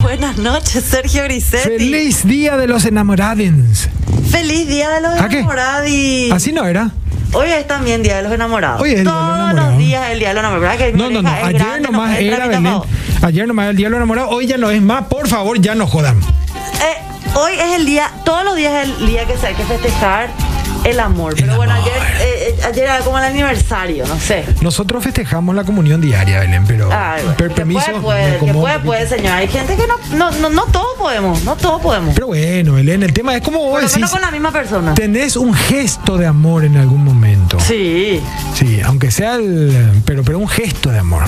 buenas noches, Sergio Grisetti. Feliz día de los enamoradens. Feliz día de los ¿A qué? enamorados. Así no era. Hoy es también día de los enamorados. Hoy es Día de los Todos Enamorados. los días es el día de los enamorados. ¿verdad que mi No, no, no. oreja es Ayer grande, nomás puede era entrar a mi Belén. tapado? Ayer nomás era el día de los enamorados. Hoy ya no es más. Por favor, ya no jodan. Eh, hoy es el día, todos los días es el día que se hay que festejar el amor. Pero bueno, amor. ayer, eh, eh, ayer era como el aniversario, no sé. Nosotros festejamos la comunión diaria, Belén, pero. Ay, bueno, per- que permiso. puede, me puede, que acomodo puede, un puede, señor. Hay gente que no, no, no, no todos podemos, no todos podemos. Pero bueno, Belén, el tema es como vos Por lo decís. menos con la misma persona. Tenés un gesto de amor en algún momento. Sí, Sí, aunque sea el. Pero, pero un gesto de amor.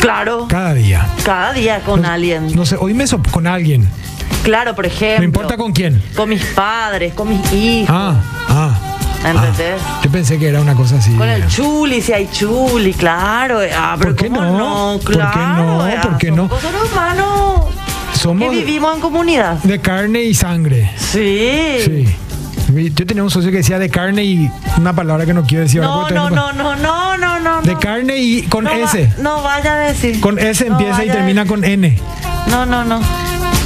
claro. Cada día. Cada día con alguien. No sé, hoy me so- con alguien. Claro, por ejemplo. No importa con quién. Con mis padres, con mis hijos. Ah, ah. ah. ¿Entendés? Yo pensé que era una cosa así. Con el chuli, si hay chuli, claro. eh, Ah, pero ¿Por qué ¿cómo no? no? ¿Por qué Claro. no? eh, ah, ¿Por qué son no? cosas de humanos que Somos vivimos en comunidad. de carne y sangre. Sí. Sí. Yo tenía un socio que decía de carne y una palabra que no quiero decir. ahora No, porque no, tengo- no, no, no, no, no. De no. carne y con no, va- S. no vaya a decir. Con S No empieza y vaya a termina decir. con N. No, no, no.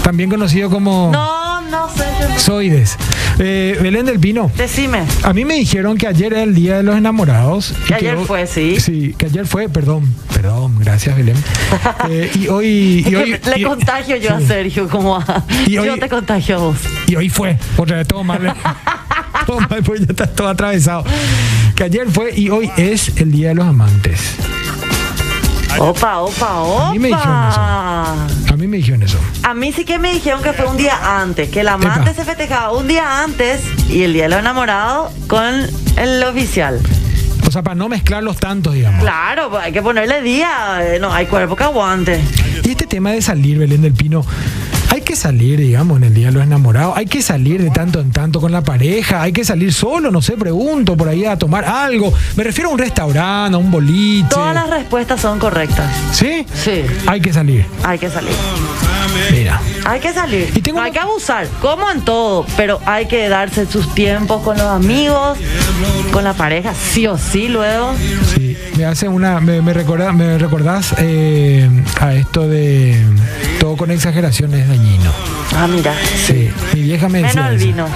También conocido como No, no sé. yo- Zoides. Eh, Belén del Pino. Decime. A mí me dijeron que ayer era el Día de los Enamorados. y Que ayer fue, sí. Sí, que ayer fue, perdón, perdón, gracias Belén. Eh, y hoy... Y hoy Le y- contagio yo a sí. Sergio como a... Y hoy- yo te contagio a vos. Y hoy fue, otra vez todo mal. todo mal, pues ya está todo atravesado. Que ayer fue y hoy es el Día de los Amantes. Opa, opa, opa. mí me dijeron eso. A mí me dijeron eso. A mí sí que me dijeron que fue un día antes, que el amante Epa. se festejaba un día antes y el día de los enamorados con el oficial. O sea, para no mezclarlos tantos, digamos. Claro, pues, hay que ponerle día, eh, no hay cuerpo que aguante. Y este tema de salir, Belén del Pino, hay que salir, digamos, en el Día de los Enamorados, hay que salir de tanto en tanto con la pareja, hay que salir solo, no sé, pregunto, por ahí a tomar algo. Me refiero a un restaurante, a un boliche. Todas las respuestas son correctas. ¿Sí? Sí, Hay que salir. hay que salir. Mira. Hay que salir. Y tengo no una- hay que abusar, como en todo, pero hay que darse sus tiempos con los amigos, con la pareja, sí o sí luego. Sí, me hace una. Me, me, recorda- me recordás eh, a esto de. Todo con exageración es dañino. Ah, mira. Sí, mi vieja me decía. Menos el eso. vino.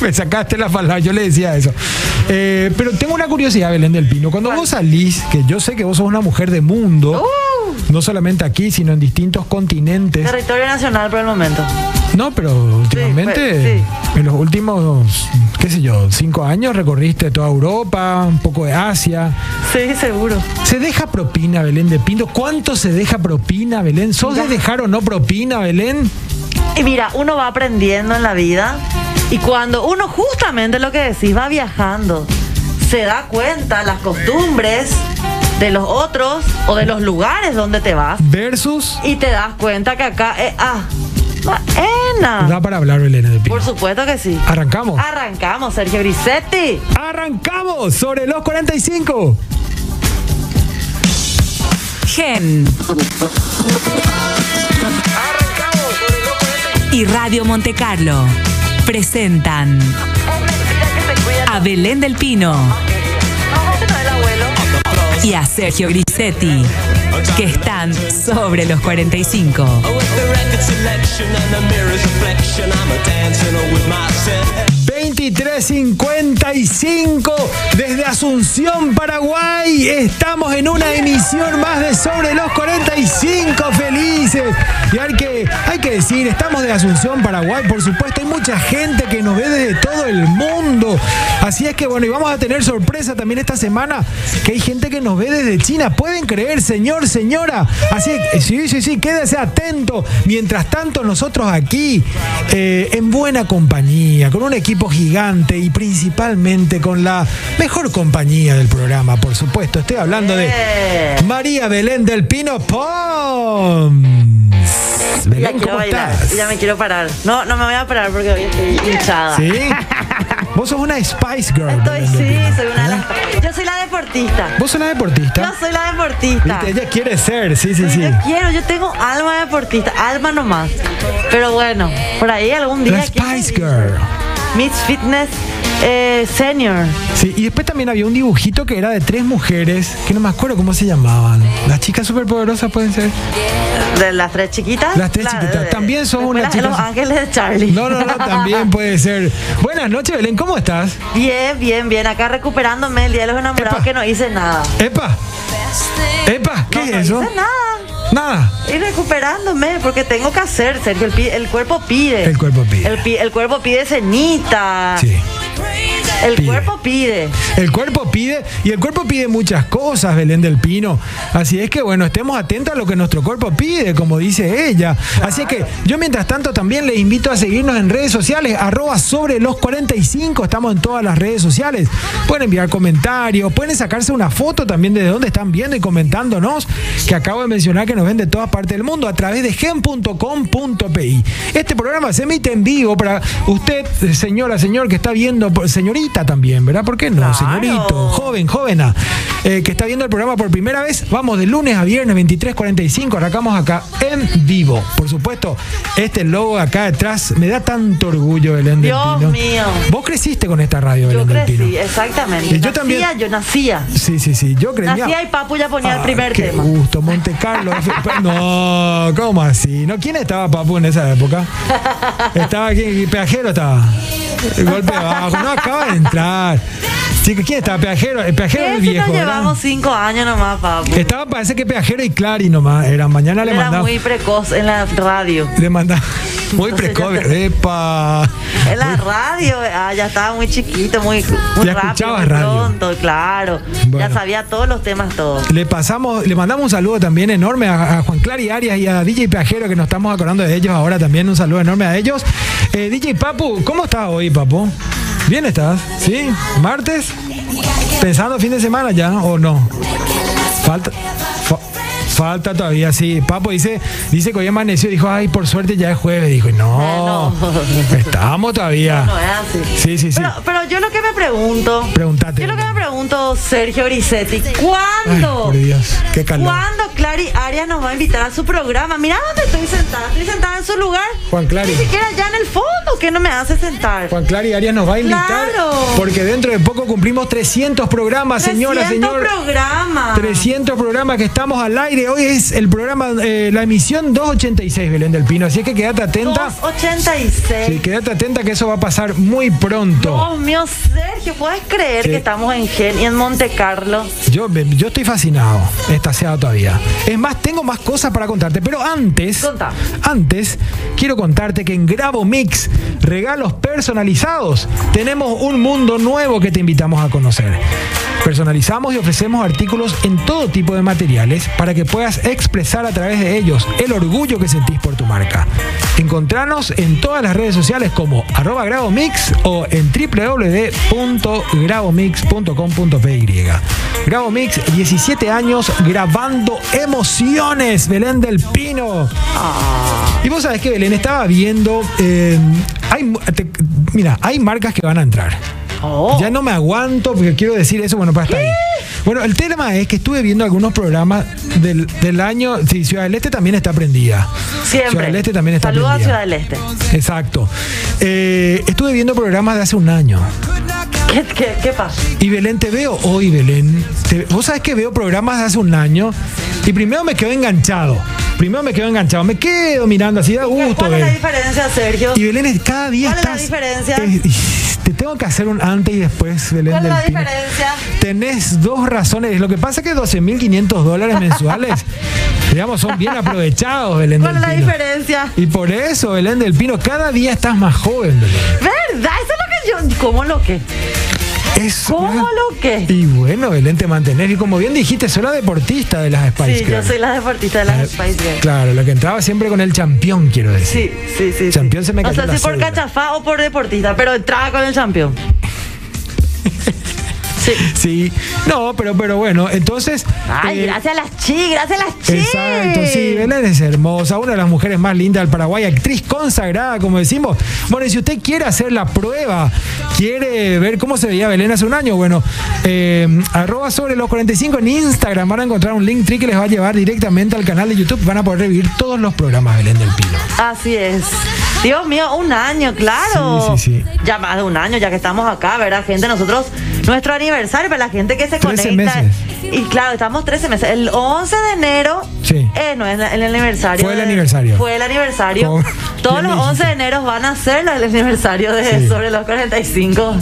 me sacaste la palabra, yo le decía eso. Eh, pero tengo una curiosidad, Belén del Pino. Cuando vos salís, que yo sé que vos sos una mujer de mundo, Oh. no solamente aquí, sino en distintos continentes. Uh, Territorio nacional por el momento. No, pero últimamente, Sí, en los últimos, qué sé yo, cinco años recorriste toda Europa, un poco de Asia. Sí, seguro. ¿Se deja propina, Belén del Pino? ¿Cuánto se deja propina, Belén? ¿Sos de dejar o no propina, Belén? Y mira, uno va aprendiendo en la vida y cuando uno justamente lo que decís va viajando, se da cuenta las costumbres de los otros o de los lugares donde te vas Versus. y te das cuenta que acá es ah, Da ena. para hablar, Belén del Pino. Ah. Por Ah. supuesto que sí. Ah. Arrancamos. Arrancamos, Sergio Grisetti. Arrancamos sobre los 45. Gen. Y Radio Monte Carlo presentan a Belén del Pino y a Sergio Grisetti, que están sobre los 45. With the record selection and the mirror's reflection, I'm a dancing with myself. 2355 desde Asunción, Paraguay. Estamos en una emisión más de Sobre los 45 felices. Y hay que, hay que decir, estamos de Asunción, Paraguay, por supuesto. Hay mucha gente que nos ve desde todo el mundo. Así es que bueno, y vamos a tener sorpresa también esta semana, que hay gente que nos ve desde China. ¿Pueden creer, señor, señora? Así es, sí, sí, sí, quédese atento. Mientras tanto, nosotros aquí, eh, en buena compañía, con un equipo gigante y principalmente con la mejor compañía del programa, por supuesto. Estoy hablando de Eh. María Belén del Pino Pons. Ya Belén, quiero ¿cómo bailar, estás? ya me quiero parar. No, no me voy a parar porque hoy estoy hinchada. ¿Sí? Vos sos una Spice Girl. Estoy, Belén del sí, Pino, soy una de ¿eh? las- Yo soy la deportista. Vos sos una deportista. Yo soy la deportista. Viste, Ella quiere ser, sí, sí, sí. Yo quiero, yo tengo alma de deportista, alma nomás. Pero bueno, por ahí algún día. La ¿quién me Spice dice? Girl. Miss Fitness eh, senior. Sí, y después también había un dibujito que era de tres mujeres, que no me acuerdo cómo se llamaban. Las chicas superpoderosas pueden ser. De las tres chiquitas. Las tres La- chiquitas. de- También son de- unas de chicas- Los ángeles de Charlie. No, no, no, también puede ser. Buenas noches, Belén, ¿cómo estás? Bien, bien, bien. Acá recuperándome el día de los enamorados Epa. que no hice nada. Epa, epa, ¿qué No, es no eso? hice nada. Nada. Y recuperándome porque tengo que hacer, Sergio. El, pi- el cuerpo pide. El cuerpo pide. El, pi- el cuerpo pide cenita. Sí. El pide. cuerpo pide. El cuerpo pide, y el cuerpo pide muchas cosas, Belén del Pino. Así es que, bueno, estemos atentos a lo que nuestro cuerpo pide, como dice ella. Así es que yo, mientras tanto, también les invito a seguirnos en redes sociales, arroba sobre los 45, estamos en todas las redes sociales. Pueden enviar comentarios, pueden sacarse una foto también de dónde están viendo y comentándonos, que acabo de mencionar que nos ven de todas partes del mundo a través de gen.com.pi. Este programa se emite en vivo para usted, eh, señora, señor, que está viendo, por- señorita también, ¿verdad? ¿Por qué no? Claro. señorito, joven, jovena, eh, que está viendo el programa por primera vez, vamos de lunes a viernes 23.45, arrancamos acá en vivo. Por supuesto, este logo acá detrás me da tanto orgullo, Belén del Dios Pino. mío. Vos creciste con esta radio, Yo Belén del crecí, Pino. exactamente. Y yo Nacía, también- Yo nacía. Sí, sí, sí, yo creía. Nacía y Papu ya ponía el Ah, primer qué tema. gusto, Monte Carlo. no, ¿cómo así? ¿No? ¿Quién estaba Papu en esa época? Estaba aquí, Peajero estaba. El golpe bajo, no acaba de entrar. Sí, ¿Quién estaba? Peajero, el peajero ¿Qué era el si nos viejo. ¿verdad? llevamos cinco años nomás, Papu? Estaba, parece que Peajero y Clary nomás. Era mañana le Era mandaba. muy precoz en la radio. Le mandaba. Muy Entonces precoz. ya te- Epa. En la radio, ah, ya estaba muy chiquito, muy, muy Ya rápido, escuchabas muy radio. pronto, claro. Bueno. Ya sabía todos los temas, todos. Le pasamos, le mandamos un saludo también enorme a, a Juan Clary Arias y a DJ Peajero, que nos estamos acordando de ellos ahora también. Un saludo enorme a ellos. Eh, DJ Papu, ¿cómo estás hoy, Papu? Bien estás, ¿sí? ¿Martes? ¿Pensando fin de semana ya o no? Falta. fa- Falta todavía, sí. Papo dice, dice que hoy amaneció, dijo, ay, por suerte ya es jueves. Dijo, no, Ah, estamos todavía. No es así. Sí, sí, sí. Pero, pero yo lo que me pregunto. Preguntate. Yo lo que me pregunto, Sergio Grisetti, Ay, ¿cuándo? por Dios, qué calor. ¿Cuándo Clary Arias nos va a invitar a su programa? Mirá dónde estoy sentada. Estoy sentada en su lugar. Juan Clary. Ni siquiera allá en el fondo, que no me hace sentar. Juan Clary Arias nos va a invitar Claro. porque dentro de poco cumplimos 300 programas, señora, 300 señor. programas. 300 programas que estamos al aire. Hoy es el programa, eh, la emisión 286, Belén del Pino. Así es que quédate atenta. 286. Sí, quédate atenta que eso va a pasar muy pronto. Oh, Dios mío, Sergio, ¿puedes creer Sí. que estamos en Gen y en Monte Carlo? Yo, me- yo estoy fascinado, estaseado todavía. Es más, tengo más cosas para contarte, pero antes, Contá. antes, quiero contarte que en Grabo Mix, regalos personalizados, tenemos un mundo nuevo que te invitamos a conocer. Personalizamos y ofrecemos artículos en todo tipo de materiales para que puedas expresar a través de ellos el orgullo que sentís por tu marca. Encontranos en todas las redes sociales como arroba grabomix o en www.grabomix.com.py. Grabomix, 17 años grabando emociones, Belén del Pino. Y vos sabés que Belén estaba viendo. eh, hay, mu- te- mira, hay marcas que van a entrar. Oh. Ya no me aguanto porque quiero decir eso. Bueno, para estar ahí. Bueno, el tema es que estuve viendo algunos programas del, del año. Sí, Ciudad del Este también está prendida. Siempre. Ciudad del Este también está Saludos a prendida. Ciudad del Este. Exacto. Eh, estuve viendo programas de hace un año. ¿Qué, qué, qué pasa? Y Belén, te veo hoy, Belén. Te- Vos sabés que veo programas de hace un año y primero me quedo enganchado. Primero me quedo enganchado. Me quedo mirando así, da gusto. ¿Cuál es la Belén. diferencia, Sergio? Y Belén, es- cada día ¿Cuál es la estás. diferencia? Eh, y- te tengo que hacer un antes y después, Belén. ¿Cuál es del la Pino. diferencia? Tenés dos razones. Lo que pasa es que 12.500 dólares mensuales, digamos, son bien aprovechados, Belén. ¿Cuál del es la Pino. diferencia? Y por eso, Belén del Pino, cada día estás más joven, Belén. ¿Verdad? Eso es lo que yo. ¿Cómo lo que? Es ¿Cómo una- lo que? Y bueno, Belén, te mantenés. Y como bien dijiste, soy la deportista de las Spice Sí, yo Girls. soy la deportista de Eh, las Spice Girls. Claro, la que entraba siempre con el champión, quiero decir. Sí, sí, sí. Champión sí. se me O cayó sea, la si por cédula. cachafá o por deportista, pero entraba con el champion. Sí. Sí. No, pero, pero bueno, entonces. Ay, eh, gracias a las chi, gracias a las chi. Exacto, sí, Belén es hermosa, una de las mujeres más lindas del Paraguay, actriz consagrada, como decimos. Bueno, y si usted quiere hacer la prueba, quiere ver cómo se veía Belén hace un año, bueno, eh, arroba sobre los 45 en Instagram van a encontrar un link tri que les va a llevar directamente al canal de YouTube. Van a poder revivir todos los programas Belén del Pino. Así es. Dios mío, un año, claro. Sí, sí, sí. Ya más de un año, ya que estamos acá, ¿verdad, gente? Nosotros, nuestro aniversario, para la gente que se 13 conecta. meses. Y claro, estamos 13 meses. El 11 de enero. Sí. Eh, no, es la- el aniversario. Fue el de- aniversario. Fue el aniversario. Como- Todos bien los dijiste. 11 de enero van a ser los- el aniversario de Sí. Sobre los 45.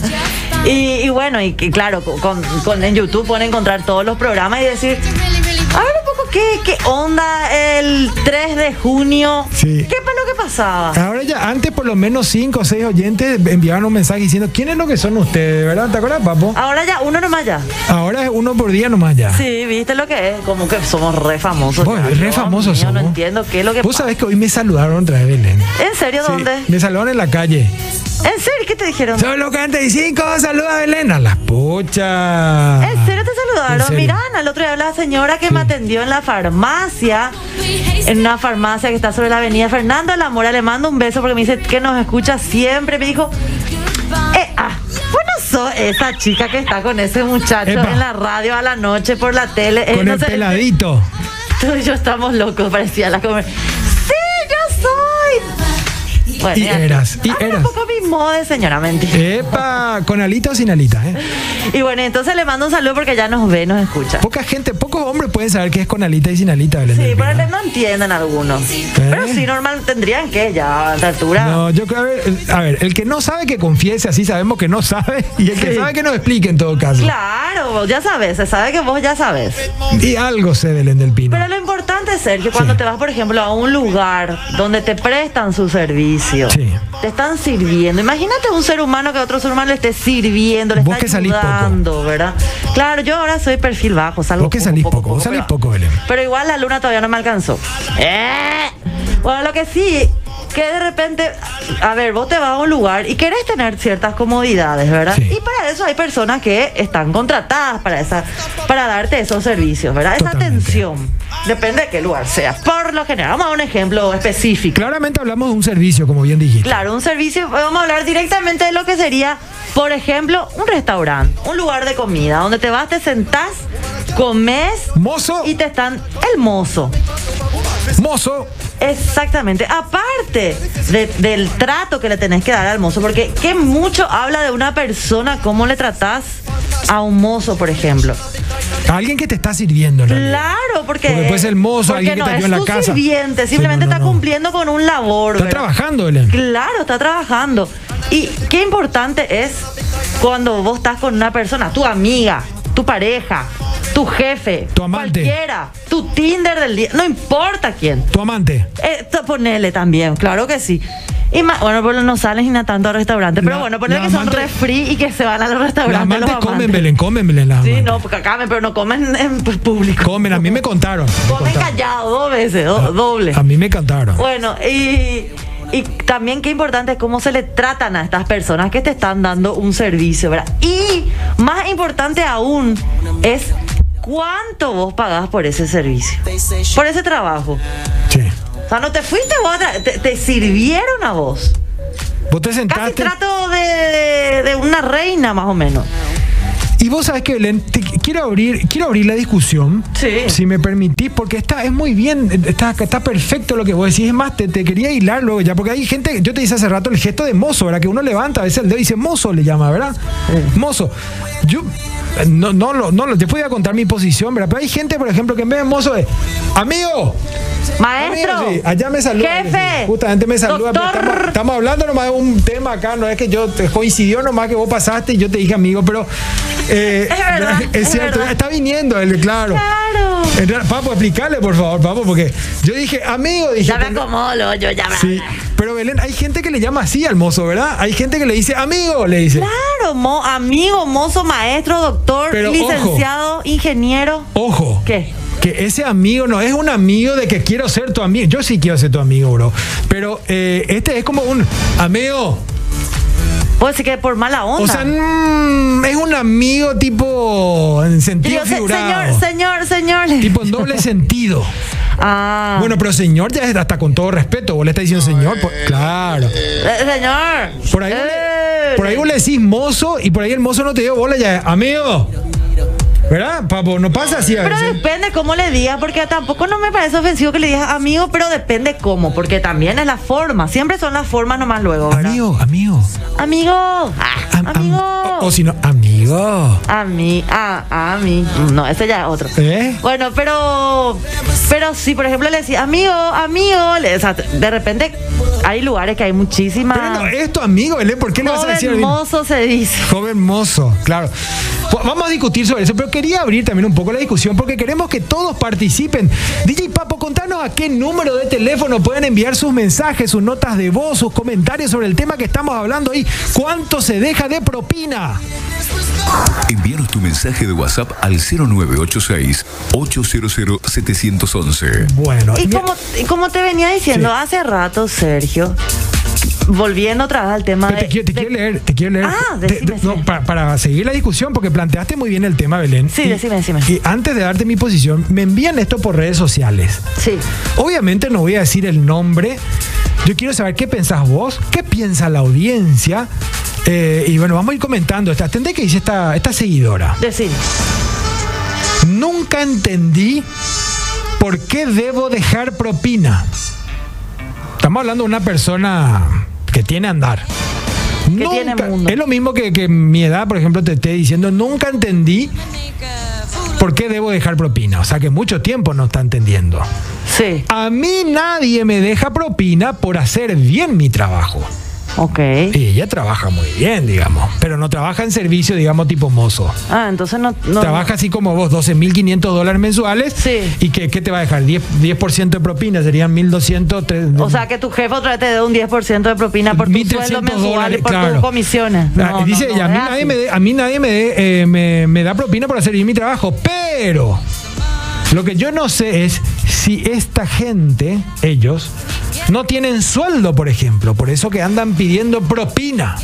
Y, y bueno, y, que claro, con, con- en YouTube pueden encontrar todos los programas y decir. A ver un poco qué, qué onda el 3 de junio. Sí. ¿Qué fue lo que pasaba? Ahora ya, antes por lo menos 5 o 6 oyentes enviaban un mensaje diciendo quiénes lo que son ustedes, ¿verdad? ¿Te acuerdas, papo? Ahora ya, uno nomás ya. Ahora es uno por día nomás ya. Sí, viste lo que es. Como que somos re famosos. Bueno, ya. re Dios famosos mío, somos. No entiendo qué es lo que Vos pasa. sabés que hoy me saludaron otra vez, Belén. ¿En serio Sí, dónde? Me saludaron en la calle. ¿En serio? ¿Qué te dijeron? Soy los 45, saluda a Belén. A las puchas. ¿En serio te En saludaron? serio. Mirá, Ana, el otro día la señora que me atendió en la farmacia, en una farmacia que está sobre la avenida Fernando de la Mora, le mando un beso porque me dice que nos escucha siempre. Me dijo, eh, ah, vos no sos esa chica que está con ese muchacho Epa. en la radio a la noche, por la tele. Eh, Con no el sé, peladito. Tú y yo estamos locos, parecía la comer. ¡Sí, yo soy! Bueno, Y ya. eras, y Ah, eras. Un poco mi modo de señora, mentira. Epa, con alita o sin alita, ¿eh? Y bueno, entonces le mando un saludo porque ya nos ve, nos escucha. Poca gente, pocos hombres pueden saber qué es con alita y sin alita, Belén. Sí, del pero Pino. no entienden algunos. Pero sí, normal tendrían que ya a esta altura. ¿Eh? No, yo creo, a ver, eh, a ver, el que no sabe que confiese, así sabemos que no sabe, y el que Sí. sabe que nos explique en todo caso. Claro, vos ya sabes, se sabe que vos ya sabes. Y algo sé, Belén del Pino. Pero lo importante es, Sergio, cuando te vas, por ejemplo, a un lugar donde te prestan su servicio, Sí. te están sirviendo. Imagínate un ser humano que a otro ser humano le esté sirviendo, le Vos está que salís poco. ayudando, ¿verdad? Claro, yo ahora soy perfil bajo, salgo Vos que salís poco, vos salís pero- poco, Belén. Pero igual la luna todavía no me alcanzó. ¡Eh! Bueno, lo que sí, que de repente, a ver, vos te vas a un lugar y querés tener ciertas comodidades, ¿verdad? Sí. Y para eso hay personas que están contratadas para esa, para darte esos servicios, ¿verdad? Esa Totalmente. atención. Depende de qué lugar sea. Por lo general, vamos a un ejemplo específico. Claramente hablamos de un servicio, como bien dijiste. Claro, un servicio, vamos a hablar directamente de lo que sería, por ejemplo, un restaurante, un lugar de comida, donde te vas, te sentás, comes Mozo, y te están el mozo. mozo, Exactamente. Aparte de- del trato que le tenés que dar al mozo, porque qué mucho habla de una persona, cómo le tratás a un mozo, por ejemplo. alguien que te está sirviendo, en realidad. Claro, porque. Porque puede ser el mozo, porque alguien que no te ayuda es en la tu casa. sirviente, Sí, simplemente no, no, está no. cumpliendo con un labor. Está ¿verdad? trabajando, Belén. Claro, está trabajando. Y qué importante es cuando vos estás con una persona, tu amiga, tu pareja, tu jefe, Tu amante. cualquiera, tu Tinder del día, no importa quién. Tu amante. Eh, to- ponele también, claro que sí. Y ma- bueno, por lo- no sales ni a tanto a restaurantes, pero La- bueno, ponele la que son amante- re free y que se van a los Las restaurantes. amantes los comen, amantes. Belén, comen, Belén, las Sí, amantes. no, porque acá, pero no comen en pues, público. Comen, a mí me contaron. me comen contaron. callado dos veces, do- Ah, doble. A mí me contaron. Bueno, y, y también qué importante es cómo se le tratan a estas personas que te están dando un servicio, ¿verdad? Y más importante aún es cuánto vos pagás por ese servicio, por ese trabajo. Sí. O sea, no te fuiste vos, a tra- te, te sirvieron a vos. Vos te Casi sentaste. trato de, de- de una reina, más o menos. Y vos sabés que, Belén, te qu- quiero, abrir, quiero abrir la discusión. Sí. Si me permitís, porque está, es muy bien, está, está perfecto lo que vos decís. Es más, te, te quería hilar luego ya, porque hay gente, yo te hice hace rato el gesto de mozo, ¿verdad? Que uno levanta a veces el dedo y dice mozo, le llama, ¿verdad? Mozo. Yo, eh, no, no, lo- no, lo- después voy a contar mi posición, ¿verdad? Pero hay gente, por ejemplo, que en vez de mozo es, amigo, Maestro. Amigo, sí, allá me saluda. Jefe. Justamente me saluda. pero Doctor. Estamos, estamos hablando nomás de un tema acá. No es que yo te coincidió nomás que vos pasaste y yo te dije amigo, pero. eh, Es verdad, es cierto. verdad. Está viniendo él, claro. Claro. En real- Papo, explícale, por favor, papo, porque yo dije amigo. Dije, Ya me pero- acomodo, yo ya me. Sí, pero Belén, hay gente que le llama así al mozo, ¿verdad? Hay gente que le dice amigo, le dice. Claro, mo- amigo, mozo, maestro, doctor, Pero ojo. licenciado, ingeniero. Ojo. ¿Qué? Que ese amigo no es un amigo de que quiero ser tu amigo. Yo sí quiero ser tu amigo, bro. Pero eh, este es como un amigo. Puede ser que por mala onda. O sea, mm, es un amigo tipo en Yo sentido digo, "Se- figurado. señor, señor, señor. le- Tipo en doble sentido. Ah. Bueno, pero señor ya es hasta con todo respeto. Vos le estás diciendo señor. por- claro. Eh, señor. Por ahí, vos Eh, le- por ahí vos le decís mozo y por ahí el mozo no te dio bola ya. Amigo. ¿Verdad, papo? No pasa así a Pero veces. depende cómo le digas, porque tampoco no me parece ofensivo que le digas amigo, pero depende cómo, porque también es la forma. Siempre son las formas nomás luego, ¿verdad? Amigo, amigo. Amigo. Ah, Am- am- amigo. o, o si no, amigo. A mí, a, a mí. No, ese ya es otro. ¿Eh? Bueno, pero. Pero si, por ejemplo, le decís amigo, amigo. le- o sea, de repente hay lugares que hay muchísimas. Pero no, es tu amigo, Belén. ¿Por qué le vas a Joven decir? amigo? mozo se dice. Joven mozo, claro. Bueno, Vamos a discutir sobre eso, pero quería abrir también un poco la discusión porque queremos que todos participen. DJ Papo, contanos a qué número de teléfono pueden enviar sus mensajes, sus notas de voz, sus comentarios sobre el tema que estamos hablando y cuánto se deja de propina. Envíanos tu mensaje de WhatsApp al 0986-800-711. Bueno, Y mira, como, y como te venía diciendo hace rato, Sergio, volviendo otra vez al tema pero de. te, quiero, te de- quiero leer, te quiero leer. Ah, Te- decime, te- no, decime. pa- para seguir la discusión, porque planteaste muy bien el tema, Belén. Sí, Y- decime, decime. Y antes de darte mi posición, me envían esto por redes sociales. Sí. Obviamente no voy a decir el nombre. Yo quiero saber qué pensás vos, qué piensa la audiencia. Eh, y bueno, vamos a ir comentando. Esta- Atendé que dice esta, esta seguidora. Decime. Nunca entendí por qué debo dejar propina. Estamos hablando de una persona que tiene andar. Nunca- tiene mundo. Es lo mismo que, que mi edad, por ejemplo, te esté diciendo, nunca entendí por qué debo dejar propina. O sea que mucho tiempo no está entendiendo. Sí. A mí nadie me deja propina por hacer bien mi trabajo. Ok. Y ella trabaja muy bien, digamos, pero no trabaja en servicio, digamos, tipo mozo. Ah, entonces no. no- Trabaja así como vos, 12.500 dólares mensuales. Sí. ¿Y que, qué te va a dejar? 10%, 10 de propina, serían 1.200. tres- O sea, que tu jefe otra vez te dé un 10% de propina por tu 1.300 sueldo mensual y dólares, por claro. tus comisiones. Ah, No, dice no, no, ella, a mí es nadie, así. me, de- a mí nadie me, de- eh, me- me da propina por hacer bien mi trabajo, pero lo que yo no sé es si esta gente, ellos, no tienen sueldo, por ejemplo, por eso que andan pidiendo propina.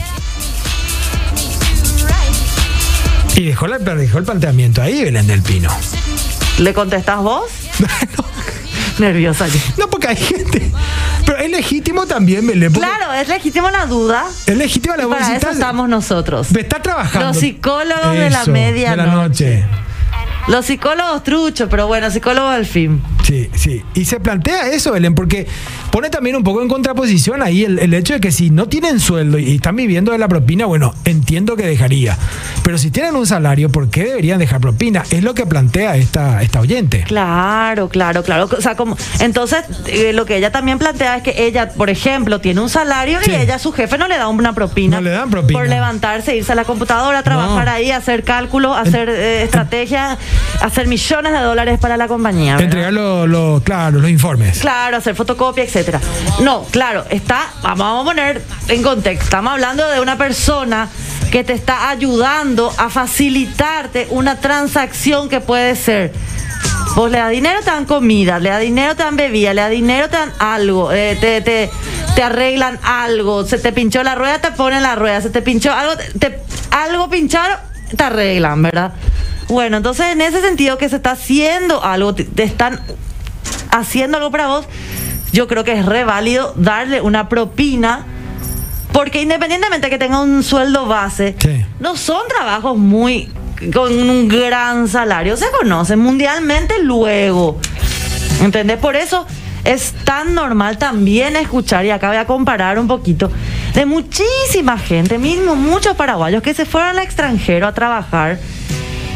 Y dejó, la- dejó el planteamiento ahí, Belén del Pino. ¿Le contestás vos? Nerviosa yo. No, porque hay gente. Pero es legítimo también, Belén. porque Claro, es legítima la duda. Es legítimo la Para eso bolsita. estamos nosotros. Está trabajando. Los psicólogos de la Eso, De la medianoche. noche. Los psicólogos truchos, pero bueno, psicólogos al fin. Sí, sí. Y se plantea eso, Belén, porque pone también un poco en contraposición ahí el, el hecho de que si no tienen sueldo y están viviendo de la propina, bueno, entiendo que dejaría. Pero si tienen un salario, ¿por qué deberían dejar propina? Es lo que plantea esta, esta oyente. Claro, claro, claro. O sea, como, entonces, eh, lo que ella también plantea es que ella, por ejemplo, tiene un salario Sí. y ella, su jefe, no le da una propina. No le dan propina. Por levantarse, irse a la computadora, trabajar ahí, hacer cálculos, hacer eh, estrategias, hacer millones de dólares para la compañía. ¿verdad? Entregar los, los- claro, los informes. Claro, hacer fotocopia, etcétera. No, claro, está, vamos vamos a poner en contexto, estamos hablando de una persona que te está ayudando a facilitarte una transacción que puede ser. Vos le das dinero, te dan comida, le das dinero, te dan bebida, le das dinero, te dan algo, eh, te, te- te arreglan algo, se te pinchó la rueda, te ponen la rueda, se te pinchó algo, te- te, algo pincharon, te arreglan, ¿verdad? Bueno, entonces en ese sentido que se está haciendo algo, te- te están haciendo algo para vos, yo creo que es re válido darle una propina. Porque independientemente que tenga un sueldo base, Sí. no son trabajos muy con un gran salario. Se conocen mundialmente luego. ¿Entendés? Por eso es tan normal también escuchar, y acá voy a comparar un poquito, de muchísima gente, mismo muchos paraguayos que se fueron al extranjero a trabajar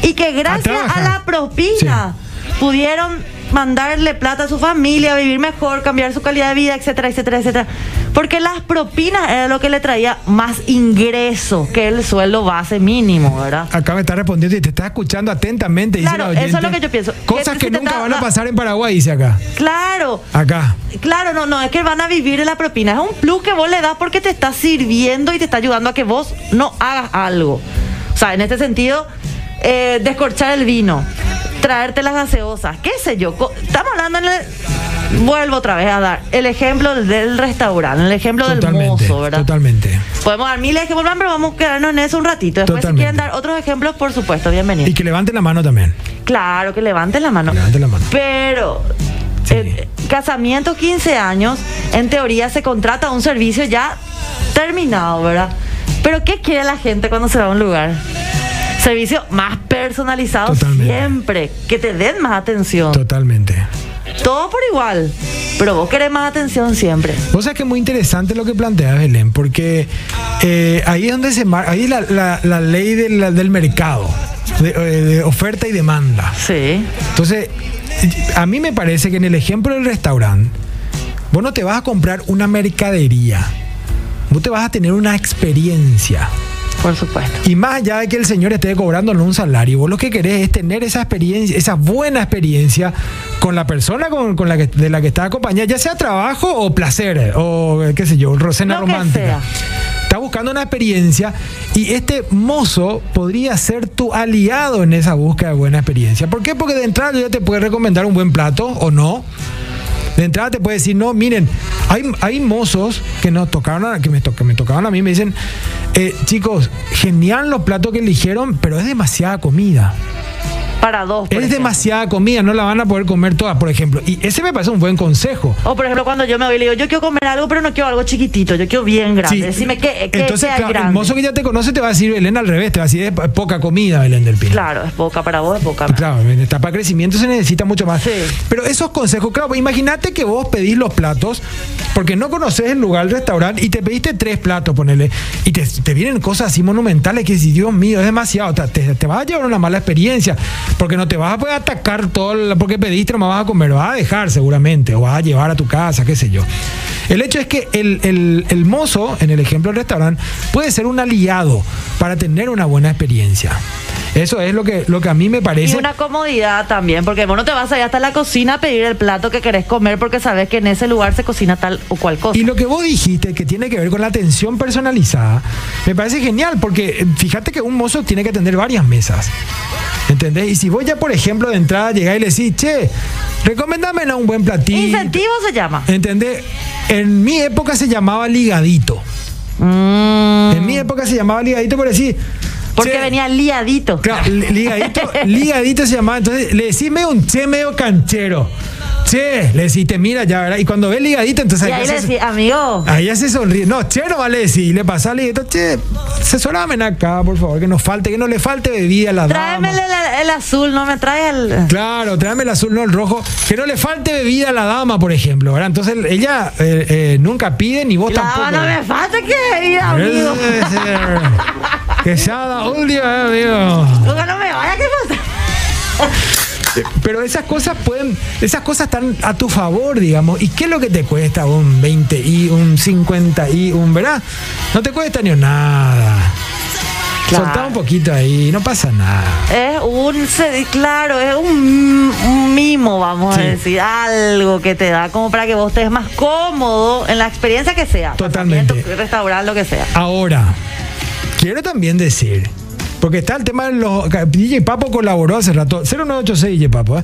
y que gracias a, trabajar. la propina pudieron mandarle plata a su familia, vivir mejor, cambiar su calidad de vida, etcétera, etcétera, etcétera. Porque las propinas era lo que le traía más ingreso que el sueldo base mínimo, ¿verdad? Acá me está respondiendo y te está escuchando atentamente. dice Claro, eso la es oyente. lo que yo pienso. Cosas Que que si te nunca da- van a da- pasar en Paraguay, dice acá. Claro, Acá. claro, no, no, es que van a vivir en la propina. Es un plus que vos le das porque te está sirviendo y te está ayudando a que vos no hagas algo. O sea, en este sentido, eh, descorchar el vino, traerte las gaseosas, qué sé yo. co- Estamos hablando en el- vuelvo otra vez a dar el ejemplo del restaurante, el ejemplo del Totalmente. mozo, ¿verdad? Totalmente. Podemos dar miles de ejemplos, pero vamos a quedarnos en eso un ratito. Después, Totalmente. si quieren dar otros ejemplos, por supuesto, bienvenido. Y que levanten la mano también. Claro, que levanten la mano. Levanten la mano. Pero, Sí. eh, casamiento 15 años, en teoría se contrata un servicio ya terminado, ¿verdad? Pero, ¿qué quiere la gente cuando se va a un lugar? Servicio más personalizado Totalmente. siempre, que te den más atención. Totalmente. Todo por igual, pero vos querés más atención siempre. Vos sabés que es muy interesante lo que planteas, Belén, porque eh, ahí es donde se mar ahí es la, la- la ley de la- del mercado, de, eh, de oferta y demanda. Sí, Entonces, a mí me parece que en el ejemplo del restaurante, vos no te vas a comprar una mercadería, vos te vas a tener una experiencia. por supuesto. Y más allá de que el señor esté cobrándole un salario, vos lo que querés es tener esa experiencia, esa buena experiencia con la persona con, con la que, de la que está acompañada, ya sea trabajo o placer, o eh, qué sé yo, una cena Lo que romántica. Está buscando una experiencia y este mozo podría ser tu aliado en esa búsqueda de buena experiencia. ¿Por qué? Porque de entrada ya te puede recomendar un buen plato o no. De entrada te puede decir, no, miren, hay, hay mozos que nos tocaron, a- que me, to- que me tocaban a mí, me dicen, eh, chicos, genial los platos que eligieron, pero es demasiada comida. Para dos. por es ejemplo. demasiada comida, no la van a poder comer todas, por ejemplo. Y ese me parece un buen consejo. O por ejemplo, cuando yo me voy y le digo, yo quiero comer algo, pero no quiero algo chiquitito, yo quiero bien grande. Sí. Decime que, que Entonces, sea claro, grande. el mozo que ya te conoce te va a decir Belén al revés, te va a decir es po- poca comida Belén del Pino. Claro, es poca para vos, es poca. Y Claro, en etapa de crecimiento se necesita mucho más. Sí. Pero esos consejos, claro, pues imagínate que vos pedís los platos porque no conoces el lugar, el restaurante, y te pediste tres platos, ponele, y te, te vienen cosas así monumentales que si Dios mío, es demasiado, te, te- te vas a llevar una mala experiencia, porque no te vas a poder atacar todo lo porque pediste, no vas a comer, vas a dejar seguramente, o vas a llevar a tu casa, qué sé yo. El hecho es que el, el- el mozo, en el ejemplo del restaurante, puede ser un aliado para tener una buena experiencia. Eso es lo que, lo que a mí me Y parece. una comodidad también, porque vos no te vas a ir hasta la cocina a pedir el plato que querés comer porque sabes que en ese lugar se cocina tal o cual cosa. Y lo que vos dijiste que tiene que ver con la atención personalizada, me parece genial, porque eh, fíjate que un mozo tiene que atender varias mesas. ¿Entendés? Y si vos ya, por ejemplo, de entrada llegás y le decís, che, recomendame ¿no? un buen platillo. Incentivo se llama. ¿Entendés? En mi época se llamaba ligadito. Mm, En mi época se llamaba ligadito por decir. porque "Che, venía liadito. Claro, li- ligadito, ligadito se llamaba. Entonces le decís medio un che medio canchero. Che, le decís, te mira ya, ¿verdad? Y cuando ves ligadito, entonces y ahí ya le se- decís, amigo, Ahí ya se sonríe. No, che, no vale decir. Le pasa al ligadito, che, asesorame acá, por favor, que nos falte, que no le falte bebida a la dama. tráemele la- el azul, no me traes el. Claro, tráeme el azul, no el rojo. Que no le falte bebida a la dama, por ejemplo, ¿verdad? Entonces ella eh, eh, nunca pide ni vos La- tampoco. no me falta que ir, amigo. Debe ser. Que sea la última, amigo. Porque no me vaya, ¿qué pasa? Pero esas cosas pueden, esas cosas están a tu favor, digamos. ¿Y qué es lo que te cuesta un 20 y un 50 y un, ¿verdad? No te cuesta ni nada. Claro. Soltá un poquito ahí, no pasa nada. Es un, se- claro, es un, un mimo, vamos Sí. a decir, algo que te da como para que vos estés más cómodo en la experiencia que sea. Totalmente. casamiento, Restaurar lo que sea. Ahora, quiero también decir, porque está el tema de los. DJ Papo colaboró hace rato, 0986 DJ Papo, ¿eh?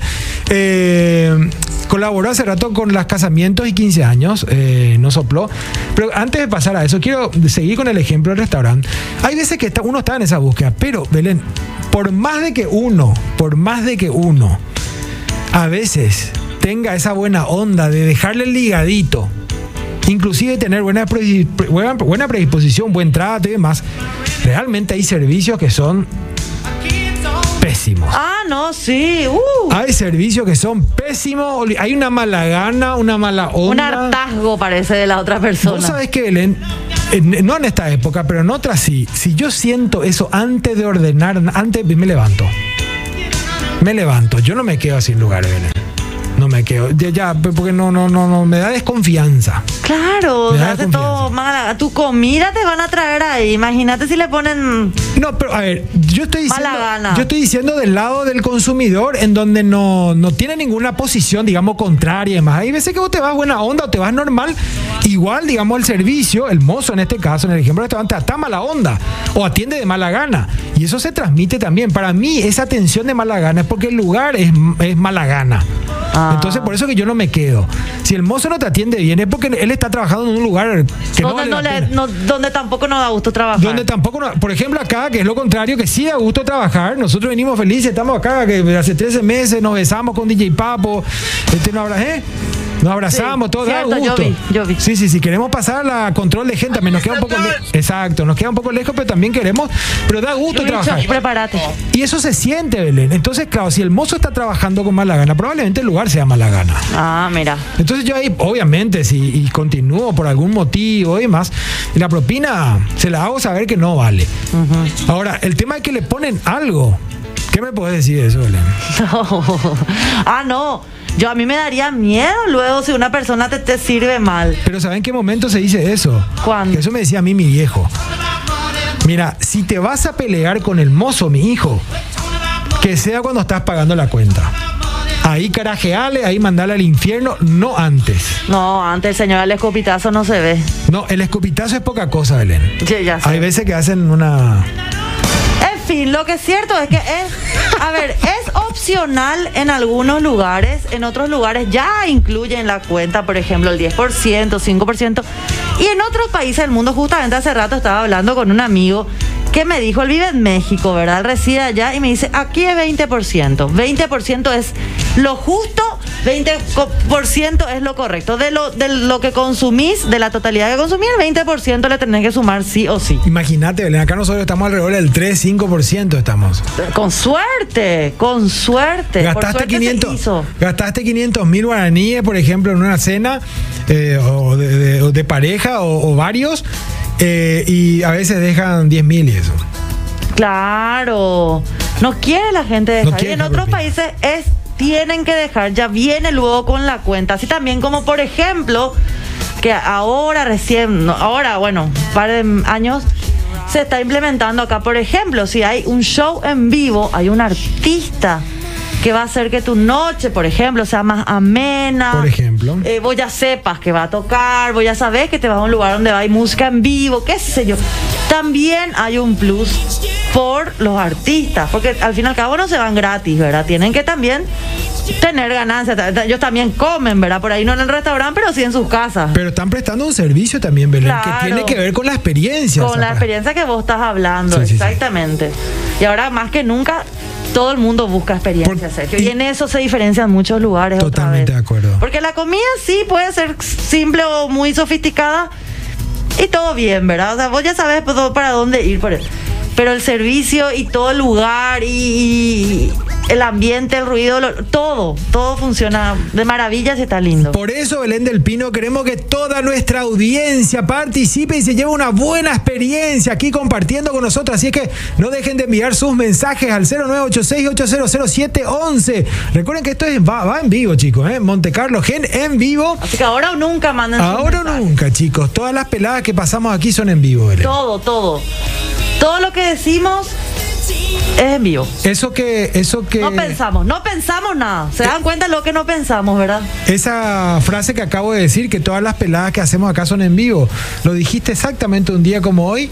Eh, colaboró hace rato con las casamientos y 15 años, eh, no sopló. Pero antes de pasar a eso, quiero seguir con el ejemplo del restaurante. Hay veces que está- uno está en esa búsqueda, pero, Belén, por más de que uno, por más de que uno, a veces tenga esa buena onda de dejarle el ligadito, inclusive tener buena, predi- pre- buena, buena predisposición, buen trato y demás, realmente hay servicios que son pésimos. Ah, no, sí. uh, Hay servicios que son pésimos, oli- hay una mala gana, una mala un onda. hartazgo parece de la otra persona. Vos sabés que Belén, en- no en esta época, pero en otras sí, si yo siento eso antes de ordenar, antes me levanto. Me levanto, yo no me quedo sin lugar, Belén. No me quedo, ya, ya, porque no, no, no, no, me da desconfianza. Claro, o Me da sea, hace confianza. todo mal. Tu comida te van a traer ahí. Imagínate si le ponen. No, pero a ver, yo estoy diciendo, Mala gana. yo estoy diciendo del lado del consumidor en donde no, no tiene ninguna posición, digamos, contraria y demás. Hay veces que vos te vas buena onda o te vas normal, igual, digamos, el servicio, el mozo en este caso, en el ejemplo del restaurante, está mala onda o atiende de mala gana. Y eso se transmite también. Para mí, esa atención de mala gana es porque el lugar es, es mala gana. Ah. Entonces, por eso que yo no me quedo. Si el mozo no te atiende bien, es porque él está trabajando en un lugar que no donde, vale no la le- pena. no- donde tampoco nos da gusto trabajar. Donde tampoco, no- por ejemplo, acá, que es lo contrario, que sí da gusto trabajar. Nosotros venimos felices, estamos acá, que hace 13 meses nos besamos con DJ Papo. Este, nos, abra- ¿eh? nos abrazamos, Sí, todo da cierto, yo gusto. vi, yo vi. Sí, sí, sí. Queremos pasar la control de gente, también nos queda un poco le- Exacto, nos queda un poco lejos, pero también queremos. Pero da gusto Lucho, trabajar. prepárate. Y eso se siente, Belén. Entonces, claro, si el mozo está trabajando con mala gana, probablemente el lugar sea mala gana. Ah, mira. Entonces yo ahí, obviamente, si y continúo por algún motivo y más, la propina se la hago saber que no vale. Ahora, el tema es que le ponen algo. ¿Qué me podés decir de eso, Belén? No. Ah, no. Yo a mí me daría miedo luego si una persona te, te sirve mal. Pero ¿saben en qué momento se dice eso? ¿Cuándo? Que Eso me decía a mí mi viejo. Mira, si te vas a pelear con el mozo, mi hijo, que sea cuando estás pagando la cuenta. Ahí carajeale, ahí mandale al infierno, no antes. No, antes el señor al escopitazo no se ve. No, el escopitazo es poca cosa, Belén. Sí, ya sé. Hay veces que hacen una... En fin, lo que es cierto es que es, a ver, es opcional en algunos lugares, en otros lugares ya incluyen la cuenta, por ejemplo, el 10%, 5%, y en otros países del mundo, justamente hace rato estaba hablando con un amigo que me dijo, él vive en México, ¿verdad? Él reside allá y me dice, aquí es 20%, 20% es lo justo, 20% es lo correcto, de lo, de lo que consumís, de la totalidad que consumís, el 20% le tenés que sumar sí o sí. Imagínate, Belén, acá nosotros estamos alrededor del 3-5% estamos. Con suerte, con suerte. Eh, por Gastaste suerte 500, Se hizo. gastaste 500 mil guaraníes, por ejemplo, en una cena eh, o de, de- o de pareja o, o varios, eh, y a veces dejan 10 mil y eso. Claro. No quiere la gente dejar. quiere y en dejar otros propina. países es tienen que dejar, ya viene luego con la cuenta. Así también como por ejemplo, que ahora recién, no, ahora, bueno, un par de años. Se está implementando acá, por ejemplo, si hay un show en vivo, hay un artista que va a hacer que tu noche, por ejemplo, sea más amena. Por ejemplo. eh, vos ya sepas que va a tocar, vos ya sabés que te vas a un lugar donde hay música en vivo, qué sé yo. También hay un plus por los artistas, porque al fin y al cabo no se van gratis, ¿verdad? Tienen que también tener ganancias. Ta- ta- Ellos también comen, ¿verdad? Por ahí no en el restaurante, pero sí en sus casas. Pero están prestando un servicio también, Belén, que Claro. tiene que ver con la experiencia. Con la Zafra. experiencia que vos estás hablando, Sí, sí, sí. exactamente. Y ahora más que nunca todo el mundo busca experiencia, Por- Sergio. y- Y en eso se diferencian muchos lugares. otra Totalmente vez. de acuerdo. Porque la comida sí puede ser simple o muy sofisticada y todo bien, ¿verdad? O sea, vos ya sabes por- para dónde ir por él. Pero el servicio y todo el lugar y, y el ambiente, el ruido, lo- todo, todo funciona de maravilla si está lindo. Por eso, Belén del Pino, queremos que toda nuestra audiencia participe y se lleve una buena experiencia aquí compartiendo con nosotros. Así es que no dejen de enviar sus mensajes al 0986-800711. Recuerden que esto es, va, va en vivo, chicos. ¿eh? Monte Carlo Gen en vivo. Así que ahora o nunca mandan sus Ahora o mensajes. nunca, chicos. Todas las peladas que pasamos aquí son en vivo, Belén. Todo, todo. Todo lo que decimos es en vivo. Eso que, eso que. No pensamos, no pensamos nada. Se dan cuenta lo que no pensamos, ¿verdad? Esa frase que acabo de decir, que todas las peladas que hacemos acá son en vivo, lo dijiste exactamente un día como hoy,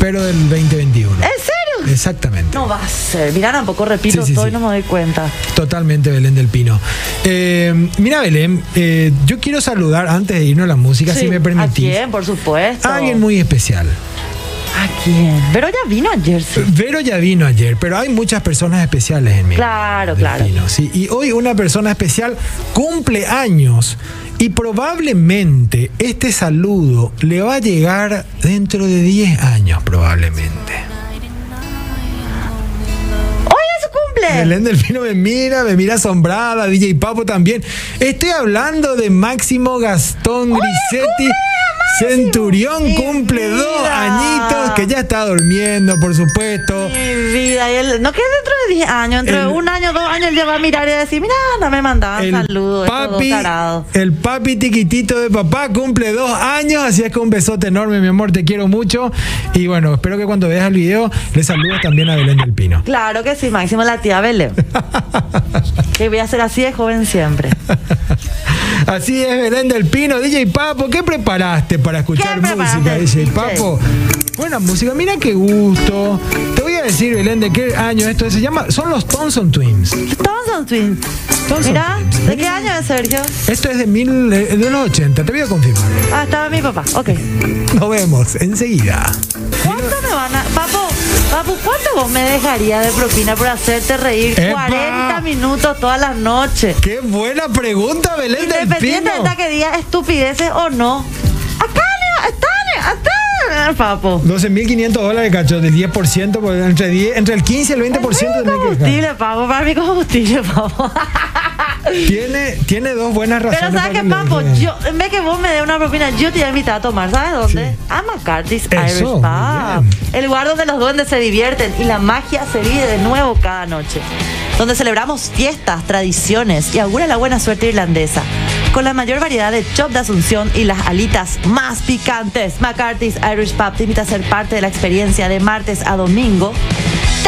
pero del 2021. ¿En serio? Exactamente. No va a ser. Mirá, tampoco repito Sí, sí, todo y sí. no me doy cuenta. Totalmente Belén del Pino. Eh, mira, Belén, eh, yo quiero saludar antes de irnos a la música, si Sí. me ¿A permitís. quién? Por supuesto. A alguien muy especial. ¿A quién? Pero ya vino ayer, sí. Vero ya vino ayer, pero hay muchas personas especiales en mi Claro, del claro. Pino, sí. Y hoy una persona especial cumple años y probablemente este saludo le va a llegar dentro de 10 años, probablemente. ¡Hoy es su cumple! Belén Delfino me mira, me mira asombrada, DJ Papo también. Estoy hablando de Máximo Gastón Grisetti. Centurión Mi cumple dos vida. añitos, que ya está durmiendo, por supuesto. Mi vida, y él, no que dentro de 10 años, entre El- un año, dos años, él ya va a mirar y va a decir, mira, no me mandaban saludos, estos dos papi, tarados. el papi tiquitito de papá cumple dos años, así es que un besote enorme, mi amor, te quiero mucho. Y bueno, espero que cuando veas el video le saludes también a Belén del Pino. Claro que sí, Máximo la tía Belén. que voy a ser así de joven siempre. Así es, Belén del Pino. DJ Papo, ¿qué preparaste para escuchar ¿Qué preparaste, música, DJ DJ? Papo? Buena música, mira qué gusto. Te voy a decir, Belén, de qué año esto es. Se llama, son los Thompson Twins. Thompson Twins. Thompson Mirá, Twins. ¿de qué año es Sergio? Esto es de, mil, eh, de los 80, te voy a confirmar. Ah, estaba mi papá. Ok. Nos vemos enseguida. ¿Cuánto me van a.? Papo, papu, ¿cuánto vos me dejarías de propina por hacerte reír ¡Epa! 40 minutos todas las noches? Qué buena pregunta, Belén del Independiente de Pino. esta que diga estupideces o no. Acá, está, está, papo. 12.500 dólares, cacho, del 10%, por- entre, 10 entre el 15 y el 20% Para mi tenés que dejar. combustible, papo, para mi combustible, papo. Tiene, tiene dos buenas razones. Pero ¿sabes qué, para papo? que le- Yo, en vez que vos me des una propina, yo te voy a invitar a tomar, ¿sabes dónde? Sí. A McCarthy's Eso, muy Irish Pub. bien. El lugar donde los duendes se divierten y la magia se vive de nuevo cada noche. Donde celebramos fiestas, tradiciones y augura la buena suerte irlandesa. Con la mayor variedad de chop de Asunción y las alitas más picantes, McCarthy's Irish Pub te invita a ser parte de la experiencia de martes a domingo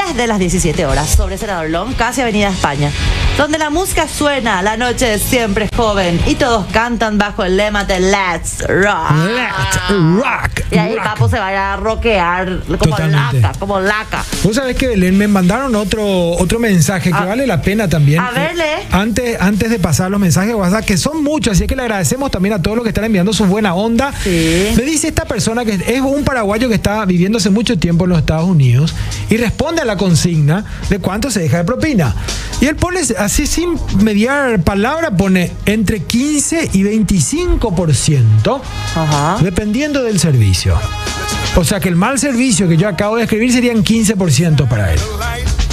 desde las 17 horas sobre Senador Long, casi Avenida España, donde la música suena, la noche siempre es joven y todos cantan bajo el lema de Let's Rock. Let's rock, Ah. Y ahí rock. Papo se vaya a rockear como Totalmente. laca, como laca. Vos sabés que Belén me mandaron otro, otro mensaje que A- vale la pena también. Ah. A ver, lee. Antes, antes de pasar los mensajes de WhatsApp, que son muchos, así que le agradecemos también a todos los que están enviando su buena onda. Sí. Me dice esta persona que es un paraguayo que está viviendo hace mucho tiempo en los Estados Unidos y responde a la consigna de cuánto se deja de propina. Y él pone, así sin mediar palabra, pone entre 15 y 25%. Ajá. Dependiendo del servicio. O sea que el mal servicio que yo acabo de escribir serían 15% para él.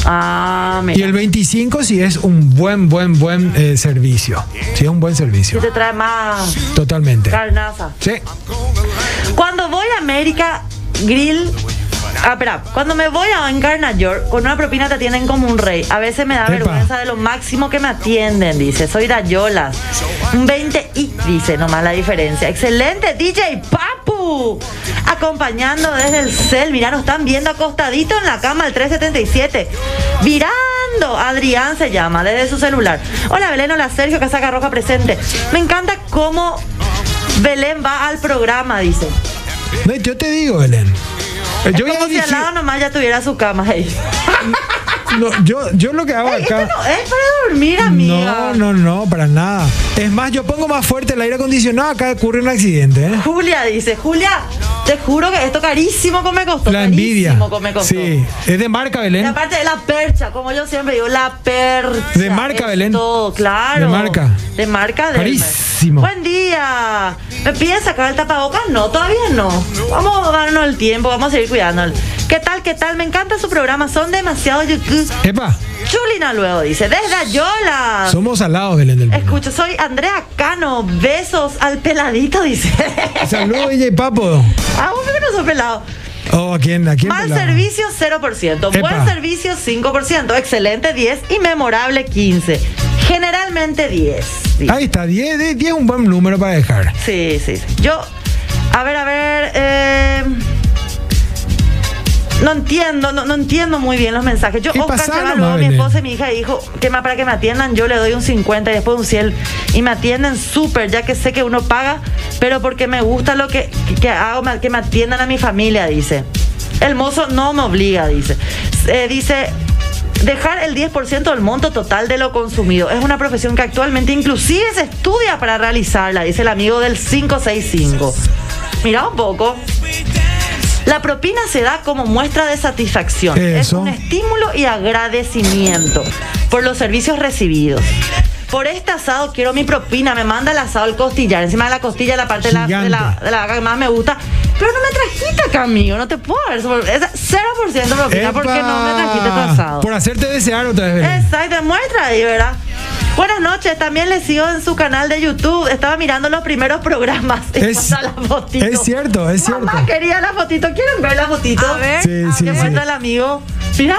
Ah, Y mira. el 25% si es un buen, buen, buen eh, servicio. Si es un buen servicio. Te trae más Totalmente. carnaza. Sí. Cuando voy a América Grill. Ah, espera. Cuando me voy a Encarna York, con una propina te atienden como un rey. A veces me da Epa. vergüenza de lo máximo que me atienden, dice. Soy Dayolas. Un 20 y dice nomás la diferencia. Excelente, DJ Papu. Acompañando desde el cel. Mirá, nos están viendo acostadito en la cama el 377. Virando. Adrián se llama desde su celular. Hola Belén, hola Sergio, Casaca Roja presente. Me encanta cómo Belén va al programa, dice. No, yo te digo, Belén. Eh, Yo, voy a Como si al dirigir- lado nomás ya tuviera su cama ahí. no, yo, yo lo que hago Ey, esto acá. este no es para dormir, amiga. No, no, no, para nada. Es más, yo pongo más fuerte el aire acondicionado, acá ocurre un accidente. ¿eh? Julia dice, Julia, te juro que esto carísimo como me costó. La envidia. carísimo como me costó. Sí, es de marca, Y Belén. aparte de la percha, como yo siempre digo, la percha. De marca, es Belén. Todo, claro. De marca. De marca de. Carísimo. Buen día. ¿Me piden sacar el tapabocas? No, todavía no. Vamos a darnos el tiempo, vamos a seguir cuidándonos. ¿Qué tal, qué tal? Me encanta su programa, son demasiado YouTube. Epa, Chulina luego dice, desde Ayola. somos alados, Belén del Pino. Escucho, soy Andrea Cano. Besos al peladito, dice. Saludos, DJ Papo. Aún que no soy pelado. Oh, ¿a quién? ¿A quién? Mal pelamos? servicio 0%, Epa. buen servicio 5%, excelente 10 y memorable 15. Generalmente 10. Sí, Ahí está, 10, 10, 10 es un buen número para dejar. sí, sí, sí. Yo, a ver, a ver, eh, no entiendo, no, no entiendo muy bien los mensajes. Yo, Y Oscar, pasá se va nomás, luego, mi Belén. esposa y mi hija dijo que más para que me atiendan, yo le doy un 50 y después un 100 y me atienden súper, ya que sé que uno paga, pero porque me gusta lo que, que hago, me- que me atiendan a mi familia, dice. El mozo no me obliga, dice. Eh, dice, dejar el 10% del monto total de lo consumido. Es una profesión que actualmente inclusive se estudia para realizarla, dice el amigo del 565. Mira un poco. La propina se da como muestra de satisfacción. Es Eso. un estímulo y agradecimiento por los servicios recibidos. Por este asado quiero mi propina. Me manda el asado el costillar. Encima de la costilla, la parte de la, de la, Gigante. de la vaca que más me gusta. Pero no me trajiste acá, amigo. No te puedo dar eso. Esa 0% propina porque no me trajiste tu asado. Por hacerte desear otra vez. Belén. Exacto, muestra ahí, ¿verdad? Buenas noches, también les sigo en su canal de YouTube. Estaba mirando los primeros programas. y Es- pasa la fotito. es cierto, es Mamá, cierto. quería la fotito. ¿Quieren ver la fotito? A ver, Sí, sí, ¿Qué sí. muestra el amigo? Mirá,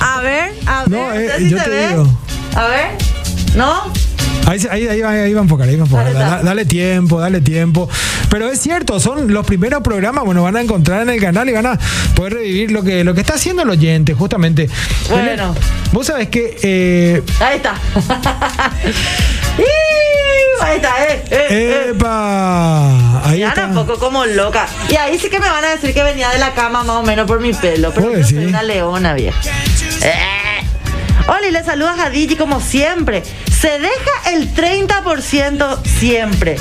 a ver, a ver. No, eh, no sé si yo se te ve. digo. A ver. ¿No? Ahí, se- ahí, ahí va, ahí va a enfocar, ahí va a enfocar. Ahí Da- está. Dale, tiempo, dale tiempo. Pero es cierto, son los primeros programas, bueno, van a encontrar en el canal y van a poder revivir lo que, lo que está haciendo el oyente, justamente. Bueno. Belén, Vos sabés que eh, Ahí está. Y Ahí está, eh, eh, eh. ¡Epa! Ahí Ya está. tampoco como loca. Y ahí sí que me van a decir que venía de la cama más o menos por mi pelo. Pero Pues yo soy sí. una leona, vieja. Eh. Oli, le saludas a Digi como siempre. Se deja el 30% siempre.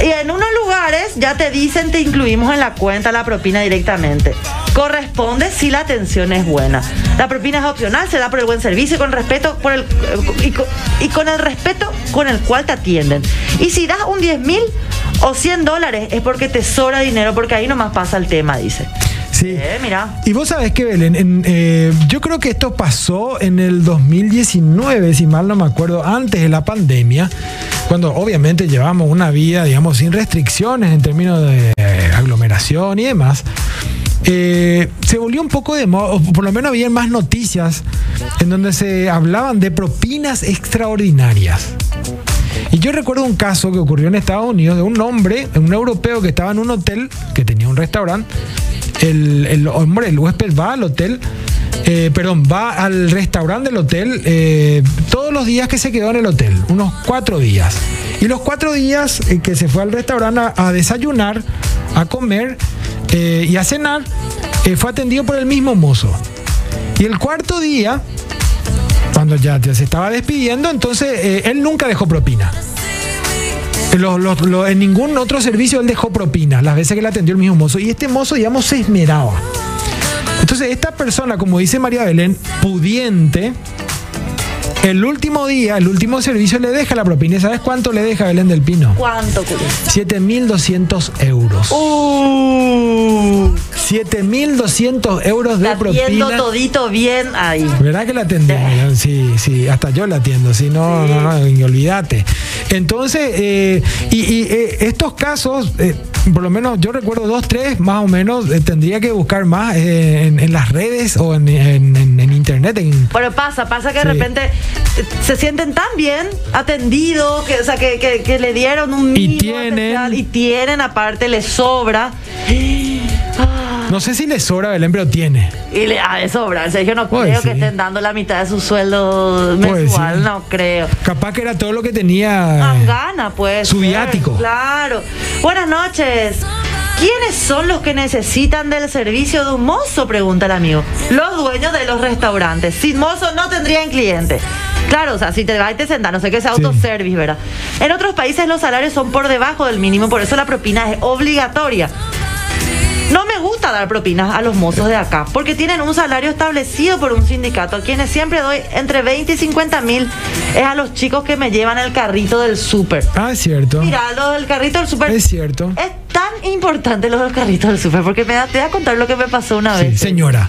Y en unos lugares ya te dicen te incluimos en la cuenta la propina directamente. Corresponde si la atención es buena. La propina es opcional, se da por el buen servicio y con respeto por el y con, y con el respeto con el cual te atienden. Y si das un 10 mil o 100 dólares es porque te sobra dinero, porque ahí nomás pasa el tema, dice. Sí. Eh, mira. Y vos sabés que, Belén, en, eh, yo creo que esto pasó en el 2019, si mal no me acuerdo, antes de la pandemia, cuando obviamente llevamos una vida, digamos, sin restricciones en términos de eh, aglomeración y demás. Eh, se volvió un poco de moda, o por lo menos había más noticias en donde se hablaban de propinas extraordinarias. Y yo recuerdo un caso que ocurrió en Estados Unidos de un hombre, un europeo que estaba en un hotel, que tenía un restaurante. El, el hombre, el huésped va al hotel, eh, perdón, va al restaurante del hotel eh, todos los días que se quedó en el hotel, unos cuatro días. Y los cuatro días eh, que se fue al restaurante a, a desayunar, a comer eh, y a cenar, eh, fue atendido por el mismo mozo. Y el cuarto día, cuando ya, ya se estaba despidiendo, entonces eh, él nunca dejó propina. Los- los- lo- en ningún otro servicio él dejó propina, las veces que le atendió el mismo mozo. Y este mozo, digamos, se esmeraba. Entonces, esta persona, como dice María Belén, pudiente, el último día, el último servicio le deja la propina. ¿Y sabes cuánto le deja Belén del Pino? ¿Cuánto, Curi? 7.200 euros. Uh, 7.200 euros de Está viendo propina. todito bien ahí. ¿Verdad que la atendemos? Sí, sí, hasta yo la atiendo, si no, no, no, y olvídate. Entonces, eh, y, y, eh, estos casos, eh, por lo menos yo recuerdo dos, tres, más o menos, eh, tendría que buscar más eh, en, en las redes o en, en- en- en internet. en- Pero pasa, pasa que Sí. de repente eh, se sienten tan bien atendidos, que, o sea, que, que- que le dieron un Y mimo tienen- especial, y tienen, aparte, les sobra. Ah, no sé si les sobra Belén, pero tiene. Y le ah, ha de sobrar. Sergio, no Pues creo sí. que estén dando la mitad de su sueldo Pues mensual, sí. no creo. Capaz que era todo lo que tenía. eh, Mangana, pues. Su ser, viático. Claro. Buenas noches. ¿Quiénes son los que necesitan del servicio de un mozo? Pregunta el amigo. Los dueños de los restaurantes. Sin mozo no tendrían cliente. Claro, o sea, si te vas y te sentas, no sé qué sea Sí. autoservice, ¿verdad? En otros países los salarios son por debajo del mínimo, por eso la propina es obligatoria. No me gusta dar propinas a los mozos de acá, porque tienen un salario establecido por un sindicato, a quienes siempre doy entre 20 y 50 mil, es a los chicos que me llevan el carrito del súper. Ah, es cierto. Mira, eh, lo del carrito del súper Es es cierto. tan importante lo del carrito del súper, porque me da, te voy a contar lo que me pasó una Sí, vez. señora,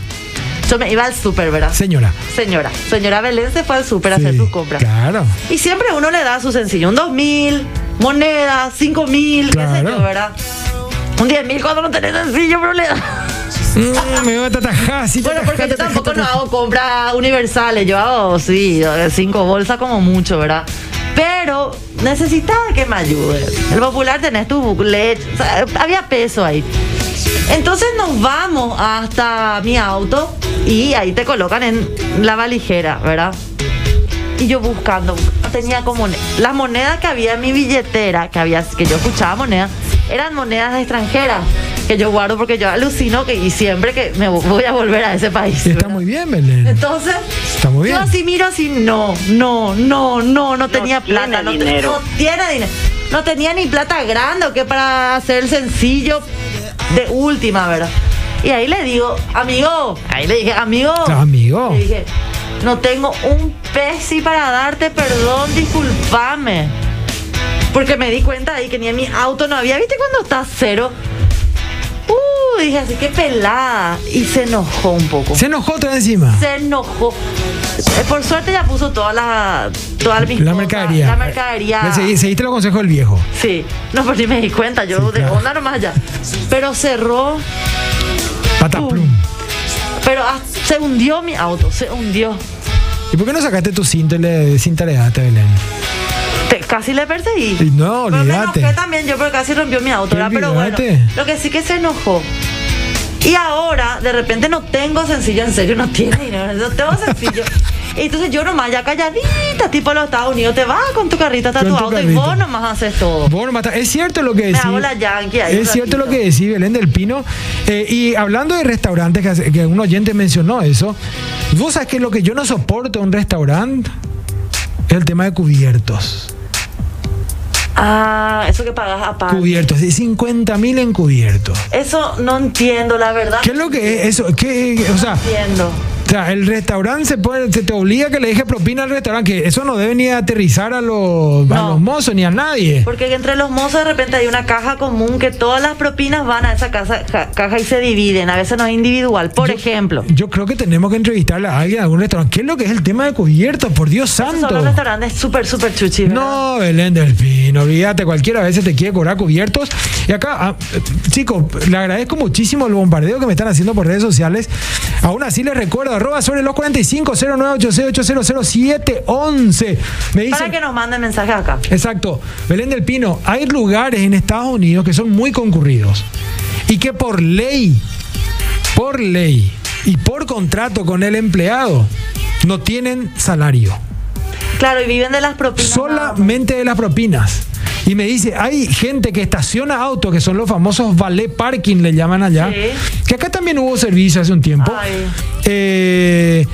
Yo me iba al súper, ¿verdad? señora. Señora, señora Belén se fue al súper a hacer Sí, sus compras. Claro. Y siempre uno le da su sencillo, un 2000, monedas, 5000, qué sé Claro. yo, ¿verdad? Un 10000 cuando no tenés sencillo, pero le das. Mm, me voy a tatajar. Sí, Bueno, tatajá, porque yo tatajá, tampoco no tatajá. hago compras universales. Yo hago, sí, cinco bolsas como mucho, ¿verdad? Pero necesitaba que me ayude. El popular tenés tu leche. o sea, había peso ahí. Entonces nos vamos hasta mi auto y ahí te colocan en la valijera, ¿verdad? Y yo buscando, tenía como las monedas que había en mi billetera, que había que yo escuchaba monedas, eran monedas extranjeras que yo guardo porque yo alucino que y siempre que me vo- voy a volver a ese país. Está ¿verdad? muy bien, Belén. Entonces, Está muy bien. yo así miro así, no, no, no, no, no tenía plata, no, te- no tiene dinero. No tenía ni plata grande o que para hacer el sencillo de última, ¿verdad? Y ahí le digo, amigo, ahí le dije, amigo. Amigo. Le dije, no tengo un pesi para darte perdón, discúlpame. Porque me di cuenta ahí que ni en mi auto no había. ¿Viste cuando está cero? Uh, dije así, qué pelada. Y se enojó un poco Se enojó otra vez encima. se enojó. Eh, Por suerte ya puso toda la, toda mis La cosas, mercadería. La mercadería. Le segui- Seguiste los consejos del viejo. Sí, no, pero ni me di cuenta, yo Sí, de claro. onda nomás ya. Pero cerró, Pataplum. pero ah, se hundió mi auto, se hundió. ¿Y por qué no sacaste tu cinta y le cinta le daste, Belén? Te- casi le perseguí. Y no, Pero me olvídate. enojé también yo porque casi rompió mi auto, ¿verdad? Pero bueno, Olvídate. lo que sí que se enojó. Y ahora, de repente, no tengo sencillo, en serio, no tiene dinero, no tengo sencillo. Entonces yo nomás ya calladita, tipo los Estados Unidos, te vas con tu carrito hasta Con tu tu auto y carrito. vos nomás haces todo. Vos nomás estás- es cierto lo que Me decís. hago la yankee ahí un es cierto lo ratito. que decís, Belén del Pino. Eh, y hablando de restaurantes, que, hace- que un oyente mencionó eso, vos sabés que lo que yo no soporto en un restaurante es el tema de cubiertos. Ah, eso que pagas aparte. Cubiertos, de 50 mil en cubiertos. Eso no entiendo, la verdad. ¿Qué es lo que es eso? ¿Qué, o sea, No entiendo. O sea, el restaurante se, puede, se te obliga a que le dejes propina al restaurante, que eso no debe ni aterrizar a los, a No. los mozos ni a nadie. Porque entre los mozos de repente hay una caja común que todas las propinas van a esa casa, ca- caja y se dividen. A veces no es individual. Por ejemplo, Yo creo que tenemos que entrevistarle a alguien de algún restaurante. ¿Qué es lo que es el tema de cubiertos? Por Dios esos santo. son los restaurantes súper, súper chuchis. ¿verdad? No, Belén del Pino, olvídate, cualquiera a veces te quiere cobrar cubiertos. Y acá, ah, eh, chicos, le agradezco muchísimo el bombardeo que me están haciendo por redes sociales. Aún así les recuerdo, arroba sobre los 450986800711. Me dicen, Para que nos manden mensajes acá. Exacto. Belén del Pino, hay lugares en Estados Unidos que son muy concurridos y que por ley, por ley y por contrato con el empleado, no tienen salario Claro, y viven de las propinas. solamente de las propinas. Y me dice, hay gente que estaciona autos, que son los famosos valet parking, le llaman allá. Sí. Que acá también hubo servicio hace un tiempo. Ay. Eh,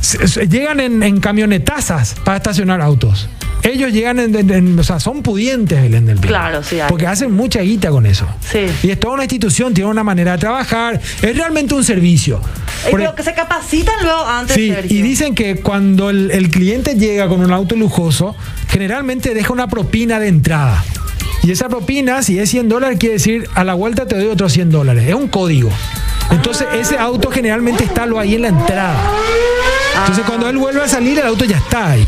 se- se- llegan en, en camionetazas para estacionar autos. Ellos llegan en, en- en- o sea, son pudientes Belén del Pino. Claro, sí hay. Porque hacen mucha guita con eso. Sí. Y es toda una institución, tiene una manera de trabajar, es realmente un servicio. Y Por- e- creo que se capacitan luego antes Sí, Sergio. y dicen que cuando el, el cliente llega con un auto lujoso, generalmente deja una propina de entrada. Y esa propina, si es 100 dólares, quiere decir a la vuelta te doy otros 100 dólares. Es un código. Entonces, Ah. ese auto generalmente está lo ahí en la entrada. Ah. Entonces, cuando él vuelve a salir, el auto ya está ahí.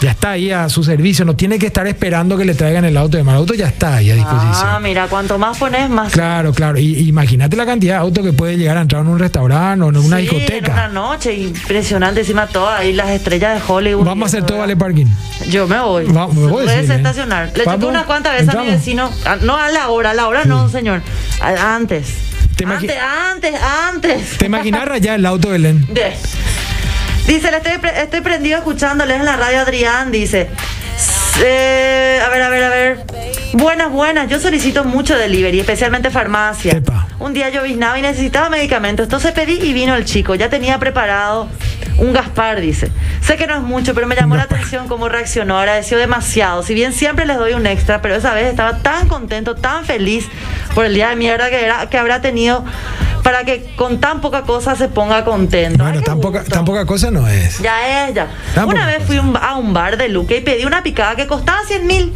Ya está ahí a su servicio. No tiene que estar esperando que le traigan el auto de mano. El auto ya está ahí a disposición. Ah, mira, cuanto más pones, más. Claro, claro. Y, imagínate la cantidad de autos que puede llegar a entrar en un restaurante o en una Sí, discoteca. en una noche impresionante, encima todas ahí las estrellas de Hollywood. Vamos a hacer todo vale ¿verdad? parking. Yo me voy. Va- me voy, Puedes sí, ¿eh? estacionar. Le Vamos, choqué unas cuantas veces a mi entramos. vecino. Ah, No a la hora, a la hora no, señor. A- Antes. Te imagi- Antes, antes, antes. ¿Te imaginas rayar el auto, Belén? De- Dice, le estoy, pre- estoy prendido escuchándoles en la radio Adrián, dice. Eh, a ver, a ver, a ver. Buenas, buenas. Yo solicito mucho delivery, especialmente farmacia. Epa. Un día lloviznaba y necesitaba medicamentos. Entonces pedí y vino el chico. Ya tenía preparado un Gaspar, dice. Sé que no es mucho, pero me llamó la Gaspar. atención cómo reaccionó. Agradeció demasiado. Si bien siempre les doy un extra, pero esa vez estaba tan contento, tan feliz por el día de mierda que, era- que habrá tenido para que con tan poca cosa se ponga contento. Ay, Bueno, qué tampoco, gusto. tampoco cosa no es. Ya es, ya. Tampoco. Una vez fui un- a un bar de Luque y pedí una picada que costaba 100 mil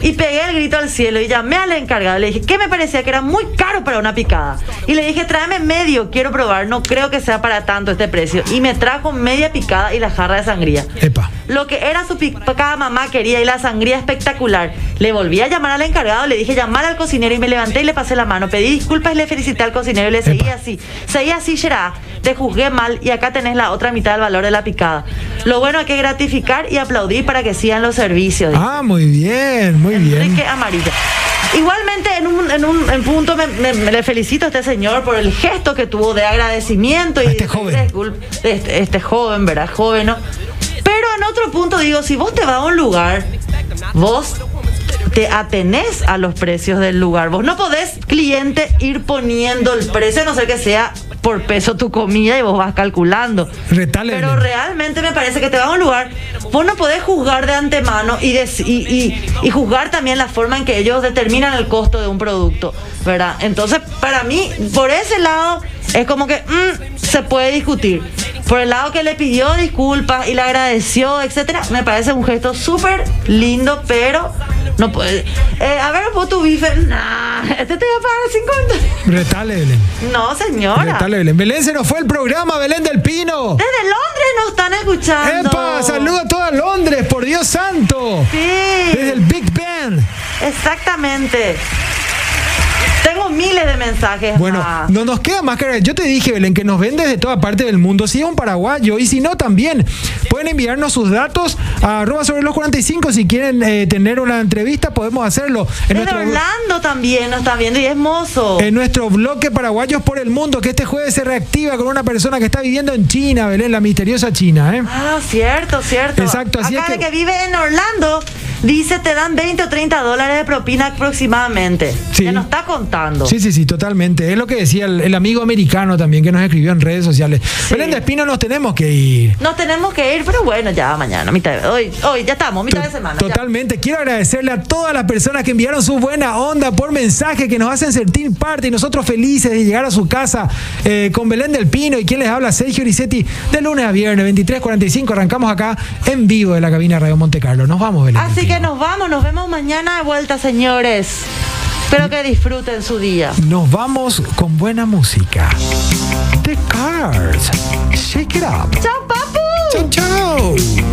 y pegué el grito al cielo y llamé al encargado. Le dije que me parecía que era muy caro para una picada. Y le dije, tráeme medio, quiero probar, no creo que sea para tanto este precio. Y me trajo media picada y la jarra de sangría. Epa. Lo que era su picada mamá quería y la sangría espectacular. Le volví a llamar al encargado, le dije llamar al cocinero y me levanté y le pasé la mano. Pedí disculpas y le felicité al cocinero y le seguí Epa. así. Seguí así, Gerard. Te juzgué mal y acá tenés la otra mitad del valor de la picada. Lo bueno hay que gratificar y aplaudir para que sigan los servicios. dice. Ah, muy bien, muy bien. Enrique Amarilla. Igualmente, en un, en un en punto, me, me- me le felicito a este señor por el gesto que tuvo de agradecimiento. Y A este de- joven. de discul- de este, este joven, ¿verdad? Joven, ¿no? Pero en otro punto digo, si vos te vas a un lugar, vos te atenés a los precios del lugar. Vos no podés, cliente, ir poniendo el precio, a no sé que sea por peso tu comida y vos vas calculando. Retale, Pero Belén. realmente me parece que te vas a un lugar, vos no podés juzgar de antemano y, des- y, y- y juzgar también la forma en que ellos determinan el costo de un producto, ¿verdad? Entonces, para mí, por ese lado, es como que mm, se puede discutir. Por el lado que le pidió disculpas y le agradeció, etcétera, me parece un gesto súper lindo, pero no puede. Eh, a ver, vos tu bife, nah, este te va a pagar 50. Retale, Belén. No, señora. Retale, Belén. Belén se nos fue el programa, Belén del Pino. Desde Londres nos están escuchando. Epa, saluda a toda Londres, por Dios santo. Sí. Desde el Big Ben. Exactamente. Tengo tenemos miles de mensajes. ah. Bueno, más. no nos queda más que. Yo te dije, Belén, que nos ven desde toda parte del mundo. Si es un paraguayo y si no, también. Pueden enviarnos sus datos a arroba sobre los 45. Si quieren eh, tener una entrevista, podemos hacerlo. Desde En nuestro, Eh, Orlando también nos están viendo y es mozo. en nuestro bloque Paraguayos por el Mundo, que este jueves se reactiva con una persona que está viviendo en China, Belén, la misteriosa China. ¿eh? Ah, cierto, cierto. Exacto, así Acá es que- la que vive en Orlando dice te dan 20 o 30 dólares de propina aproximadamente. Sí. Ya nos está contando. Sí, sí, sí, totalmente. Es lo que decía el, el amigo americano también que nos escribió en redes sociales. Belén de Espino, nos tenemos que ir. Nos tenemos que ir, pero bueno, ya mañana, mitad de- hoy, hoy ya estamos, mitad de semana. ya. Totalmente. Quiero agradecerle a todas las personas que enviaron su buena onda por mensaje, que nos hacen sentir parte y nosotros felices de llegar a su casa eh, con Belén del Pino y quien les habla, Sergio Ricetti, de lunes a viernes, 23.45. Arrancamos acá en vivo de la cabina Radio Monte Carlo. Nos vamos, Belén. del Así que Pino. nos vamos, nos vemos mañana de vuelta, señores. Espero que disfruten su día. Nos vamos con buena música. The Cars. Shake it up. ¡Chao, papu! Chau, chau.